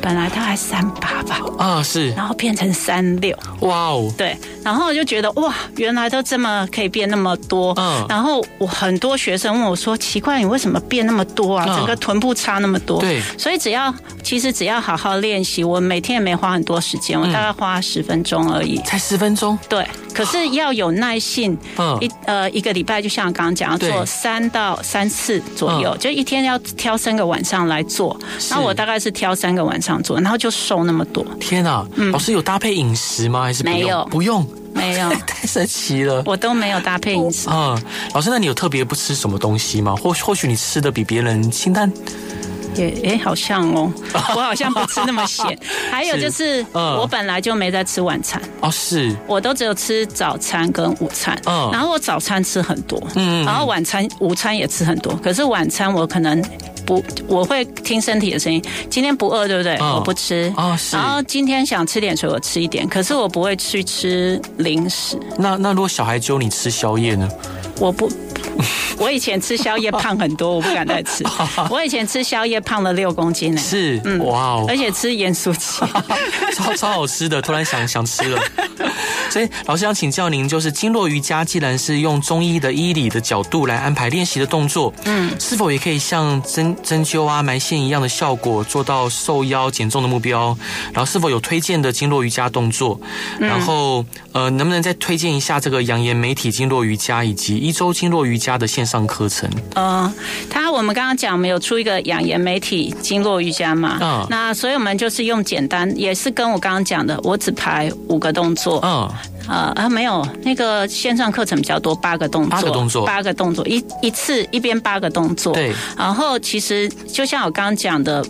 S2: 本来大概三八吧，
S1: 啊是
S2: 然后变成三六。
S1: 哇哦
S2: 对，然后我就觉得哇，原来都这么可以变那么多。
S1: 嗯
S2: 然后我很多学生问我说：“奇怪，你为什么变那么多啊？
S1: 嗯
S2: 整个臀部差那么多。”
S1: 对
S2: 所以只要其实只要好好练习，我每天也没花很多时间，
S1: 嗯
S2: 我大概花十分钟而已。
S1: 才十分钟
S2: 对，可是要有耐性，
S1: 嗯
S2: 一呃一个礼拜，就像我刚刚讲，要
S1: 对嗯
S2: 做三到三次左右，就一天要挑三个晚上来做。那我大概是挑三个晚上做，然后就瘦那么多，
S1: 天啊！老师有搭配饮食吗？还是不用
S2: 嗯没有
S1: 不用，，
S2: 没有
S1: 太神奇了。
S2: 我都没有搭配饮食。
S1: 啊、老师，那你有特别不吃什么东西吗？或或许你吃的比别人清淡
S2: 也哎、好像 哦，我好像不吃那么咸。还有就是，
S1: 嗯
S2: 我本来就没在吃晚餐，
S1: 哦，是
S2: 我都只有吃早餐跟午餐。
S1: 嗯
S2: 然后我早餐吃很多，
S1: 嗯
S2: 然后晚餐、午餐也吃很多。可是晚餐我可能不，我会听身体的声音。今天不饿，对不对？
S1: 嗯
S2: 我不吃。
S1: 哦是
S2: 然。后今天想吃点水，我吃一点，可是我不会去吃零食，
S1: 那那如果小孩揪你吃宵夜呢？
S2: 我不我以前吃宵夜胖很多，我不敢再 吃。我以前吃宵夜胖了六公斤呢、
S1: 是，
S2: 嗯
S1: 哇哦
S2: 而，且吃盐酥鸡。
S1: 超超好吃的，突然想想吃了。 所以老师想请教您，就是经络瑜伽既然是用中医的医理的角度来安排练习的动作，嗯，是否也可以像针针灸啊、埋线一样的效果，做到瘦腰减重的目标？然后是否有推荐的经络瑜伽动作？
S2: 嗯
S1: 然后呃，能不能再推荐一下这个扬言媒体经络瑜伽以及一周经络瑜伽的线上课程？
S2: 呃，它我们刚刚讲，我们有出一个养颜媒体经络瑜伽嘛，
S1: 嗯
S2: 那所以我们就是用简单，也是跟我刚刚讲的，我只排五个动作，
S1: 嗯，
S2: 呃啊没有，那个线上课程比较多，八个动作，
S1: 八个动作
S2: 八个动作，一一次一边八个动作，
S1: 对，
S2: 然后其实就像我刚刚讲的。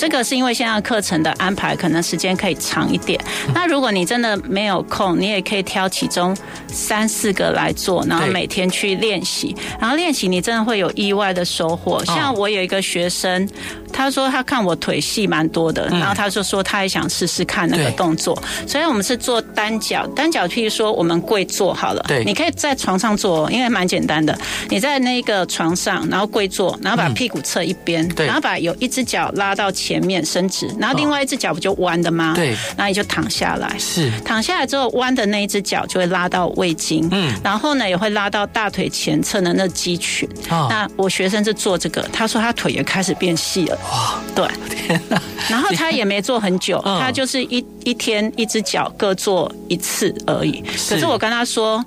S2: 这个是因为现在课程的安排可能时间可以长一点。那如果你真的没有空，你也可以挑其中三四个来做，然后
S1: 对
S2: 每天去练习。然后练习你真的会有意外的收
S1: 哦
S2: 获。像我有一个学生，他说他看我腿细蛮多的，然后他就说他也想试试看那个
S1: 嗯对
S2: 动作。所以我们是做单脚，单脚譬如说我们跪坐好了，
S1: 对
S2: 你可以在床上做哦，因为蛮简单的。你在那个床上，然后跪坐，然后把屁股侧一边，
S1: 嗯对
S2: 然后把有一只脚拉到前面伸直，然后另外一只脚不就弯的吗？
S1: 对，
S2: 然后你就躺下来。
S1: 是，
S2: 躺下来之后，弯的那一只脚就会拉到胃经，嗯，然后呢也会拉到大腿前侧的那肌群。
S1: 啊
S2: 那我学生是做这个，他说他腿也开始变细了，哇，对，
S1: 天哪，
S2: 然后他也没做很久，
S1: 嗯
S2: 他就是一一天一只脚各做一次而已。
S1: 是
S2: 可是我跟他说。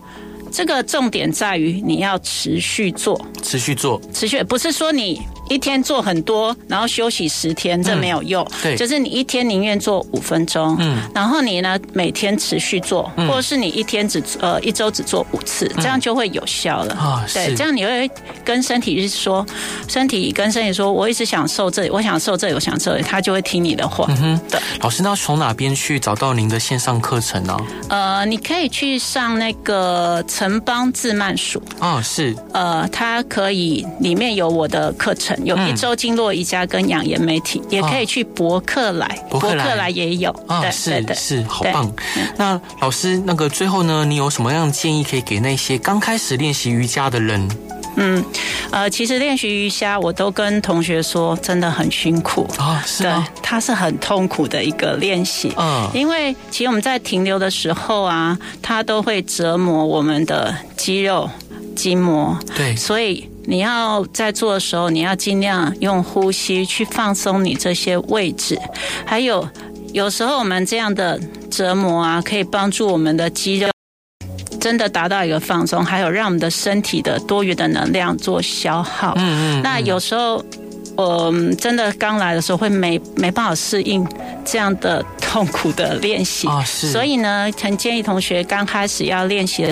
S2: 这个重点在于你要持续做，
S1: 持续做，
S2: 持续不是说你一天做很多，然后休息十天，这没有用。
S1: 嗯对
S2: 就是你一天宁愿做五分钟，嗯，然后你呢每天持续做，
S1: 嗯
S2: 或者是你一天只呃一周只做五次，这样就会有效了。
S1: 啊是
S2: 对，这样你会跟身体是说，身体跟身体说，我一直想瘦这里，我想瘦这里，我想瘦这里，他就会听你的话。嗯对。
S1: 老师，那从哪边去找到您的线上课程呢、
S2: 呃，你可以去上那个城邦自慢署，
S1: 啊？是，
S2: 呃，它可以里面有我的课程，有一周经络瑜伽跟养颜媒体，也可以去博客来，
S1: 博客来
S2: 也有，
S1: 啊，
S2: 对对
S1: 是
S2: 对，
S1: 是，好
S2: 对
S1: 棒。那老师，那个最后呢，你有什么样的建议可以给那些刚开始练习瑜伽的人？
S2: 嗯，呃，其实练习瑜伽，我都跟同学说，真的很辛苦，
S1: 啊，是
S2: 对
S1: 吗？，
S2: 它是很痛苦的一个练习。
S1: 嗯，
S2: 因为其实我们在停留的时候啊，它都会折磨我们的肌肉、筋膜，
S1: 对，
S2: 所以你要在做的时候，你要尽量用呼吸去放松你这些位置，还有有时候我们这样的折磨啊，可以帮助我们的肌肉。真的达到一个放松，还有让我们的身体的多余的能量做消耗。
S1: 嗯嗯，
S2: 那有时候，我、嗯、真的刚来的时候会没没办法适应这样的痛苦的练习，
S1: 啊是，
S2: 所以呢，很建议同学刚开始要练习的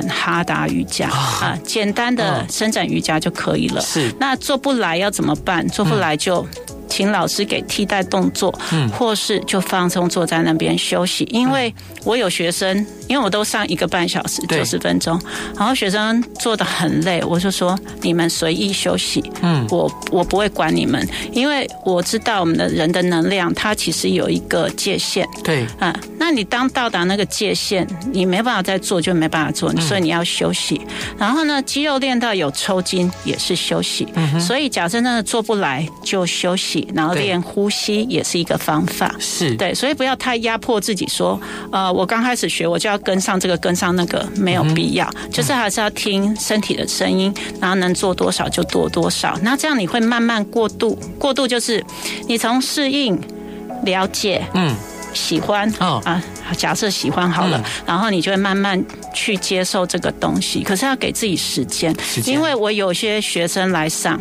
S2: 选哈达瑜伽
S1: 哦
S2: 啊、简单的
S1: 嗯
S2: 伸展瑜伽就可以了。
S1: 是
S2: 那做不来要怎么办？做不来就。请老师给替代动作，
S1: 嗯
S2: 或是就放松坐在那边休息。因为我有学生，因为我都上一个半小时
S1: 对
S2: 九十分钟，然后学生做的很累，我就说你们随意休息，
S1: 嗯
S2: 我我不会管你们，因为我知道我们的人的能量它其实有一个界限，
S1: 对，
S2: 啊，那你当到达那个界限，你没办法再做，就没办法做，所以你要休息。然后呢，肌肉练到有抽筋也是休息，所以假设真的做不来就休息，然后
S1: 对
S2: 练呼吸也是一个方法。
S1: 是，
S2: 对，所以不要太压迫自己说，呃，我刚开始学我就要跟上这个跟上那个，没有必要，就是还是要听身体的声音，然后能做多少就做多少。那这样你会慢慢过渡，过渡就是你从适应、了解、
S1: 嗯，
S2: 喜欢，
S1: 哦
S2: 啊，假设喜欢好了，
S1: 嗯
S2: 然后你就会慢慢去接受这个东西。可是要给自己时间，
S1: 时间
S2: 因为我有些学生来上。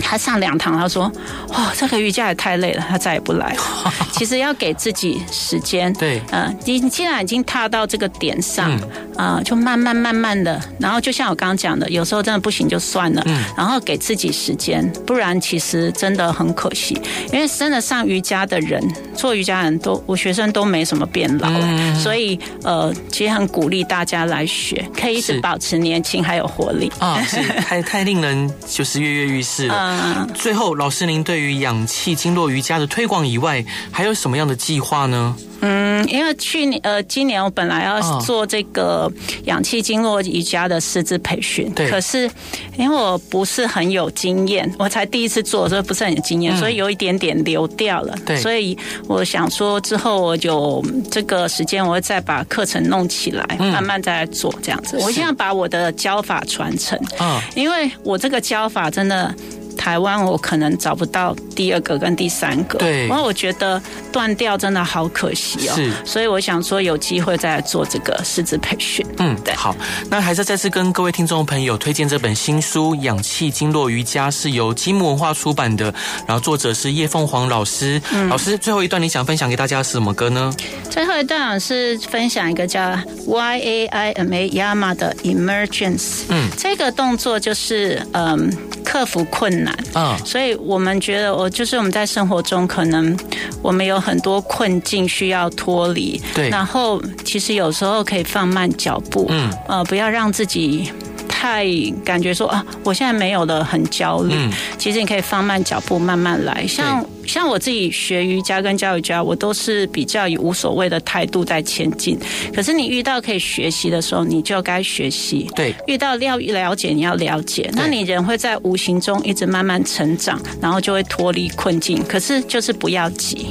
S2: 他上两堂，他说：“哇，这个瑜伽也太累了，他再也不来了。” 其实要给自己时间，
S1: 对
S2: 呃，你你既然已经踏到这个点上，啊、就慢慢慢慢的，然后就像我刚刚讲的，有时候真的不行就算了，然后给自己时间，不然其实真的很可惜。因为真的上瑜伽的人，做瑜伽的人都，我学生都没什么变老，所以呃，其实很鼓励大家来学，可以一
S1: 是哦
S2: 直保持年轻还有活力。
S1: 啊，是太太令人就是跃跃欲试了。
S2: 啊。
S1: 最后，老师您对于氧气经络瑜伽的推广以外，还有什么样的计划呢？
S2: 嗯，因为去年呃，今年我本来要
S1: 嗯
S2: 做这个氧气经络瑜伽的师资培训，
S1: 对
S2: 可是因为我不是很有经验，我才第一次做，所以不是很有经验，所以有一点点流掉了。
S1: 嗯对
S2: 所以我想说之后我有这个时间，我会再把课程弄起来，
S1: 嗯
S2: 慢慢再来做这样子。我现在把我的教法传承，
S1: 嗯，
S2: 因为我这个教法真的。台湾我可能找不到第二个跟第三个，
S1: 对
S2: 因为我觉得断掉真的好可惜哦，
S1: 是
S2: 所以我想说有机会再来做这个师资培训，
S1: 嗯，
S2: 对
S1: 好，那还是再次跟各位听众朋友推荐这本新书《氧气经络瑜伽》，是由积木文化出版的，然后作者是叶凤凰老师。
S2: 嗯
S1: 老师，最后一段你想分享给大家是什么歌呢？
S2: 最后一段我是分享一个叫 Y A I M A Yama 的 Emergence，
S1: 嗯，
S2: 这个动作就是嗯克服困难，
S1: 嗯，
S2: 所以我们觉得，我就是我们在生活中，可能我们有很多困境需要脱离。
S1: 对
S2: 然后其实有时候可以放慢脚步，
S1: 嗯，
S2: 呃，不要让自己。太感觉说啊，我现在没有了，很焦虑。
S1: 嗯
S2: 其实你可以放慢脚步，慢慢来。像像我自己学瑜伽跟教瑜伽，我都是比较以无所谓的态度在前进。可是你遇到可以学习的时候，你就该学习。
S1: 对，
S2: 遇到要了解，你要了解，那你人会在无形中一直慢慢成长，然后就会脱离困境。可是就是不要急，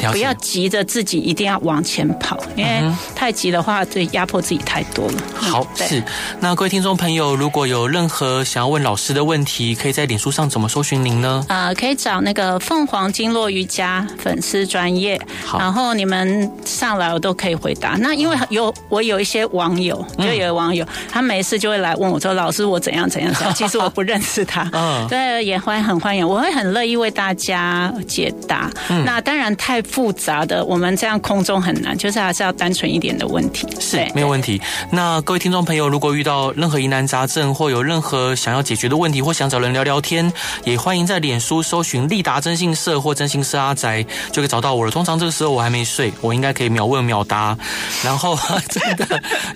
S1: 了
S2: 不要
S1: 解。
S2: 急着自己一定要往前跑，因为太急的话，对压迫自己太多了。
S1: 嗯
S2: 嗯
S1: 好
S2: 对
S1: 是，那各位听众朋友，如果有任何想要问老师的问题，可以在脸书上怎么搜寻您呢？
S2: 呃，可以找那个凤凰经络瑜伽粉丝专业，
S1: 好哦
S2: 然后你们上来我都可以回答。那因为有我有一些网友，
S1: 嗯
S2: 就有网友、他没事就会来问我说：“老师，我怎样怎样怎 样？”其实我不认识他，
S1: 嗯
S2: 对，也欢很欢迎，我会很乐意为大家解答。
S1: 嗯
S2: 那当然太复杂的，我们这样空中很难，就是还是要单纯一点的问题。
S1: 是
S2: 对
S1: 没有问题。那各位听众朋友，如果遇到任何疑难杂症，或有任何想要解决的问题，或想找人聊聊天，也欢迎在脸书搜寻“立达征信社”或“征信社阿宅”，就可以找到我了。通常这个时候我还没睡，我应该可以秒问秒答。然后 真的，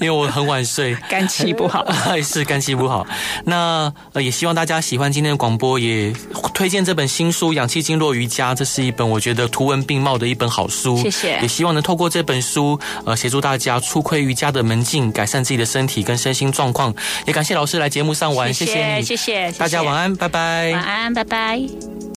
S1: 因为我很晚睡。
S2: 肝气不好。
S1: 是肝气不好，那呃也希望大家喜欢今天的广播，也推荐这本新书《氧气经络瑜伽》，这是一本我觉得图文并茂的一本好书。
S2: 谢谢
S1: 也希望能透过这本书，呃，协助大家初窥瑜伽的门径，改善自己的身体跟身心状况。也感谢老师来节目上玩，谢
S2: 谢
S1: 你，
S2: 谢谢谢，
S1: 大家晚
S2: 安，
S1: 安，拜拜
S2: 晚安，拜拜。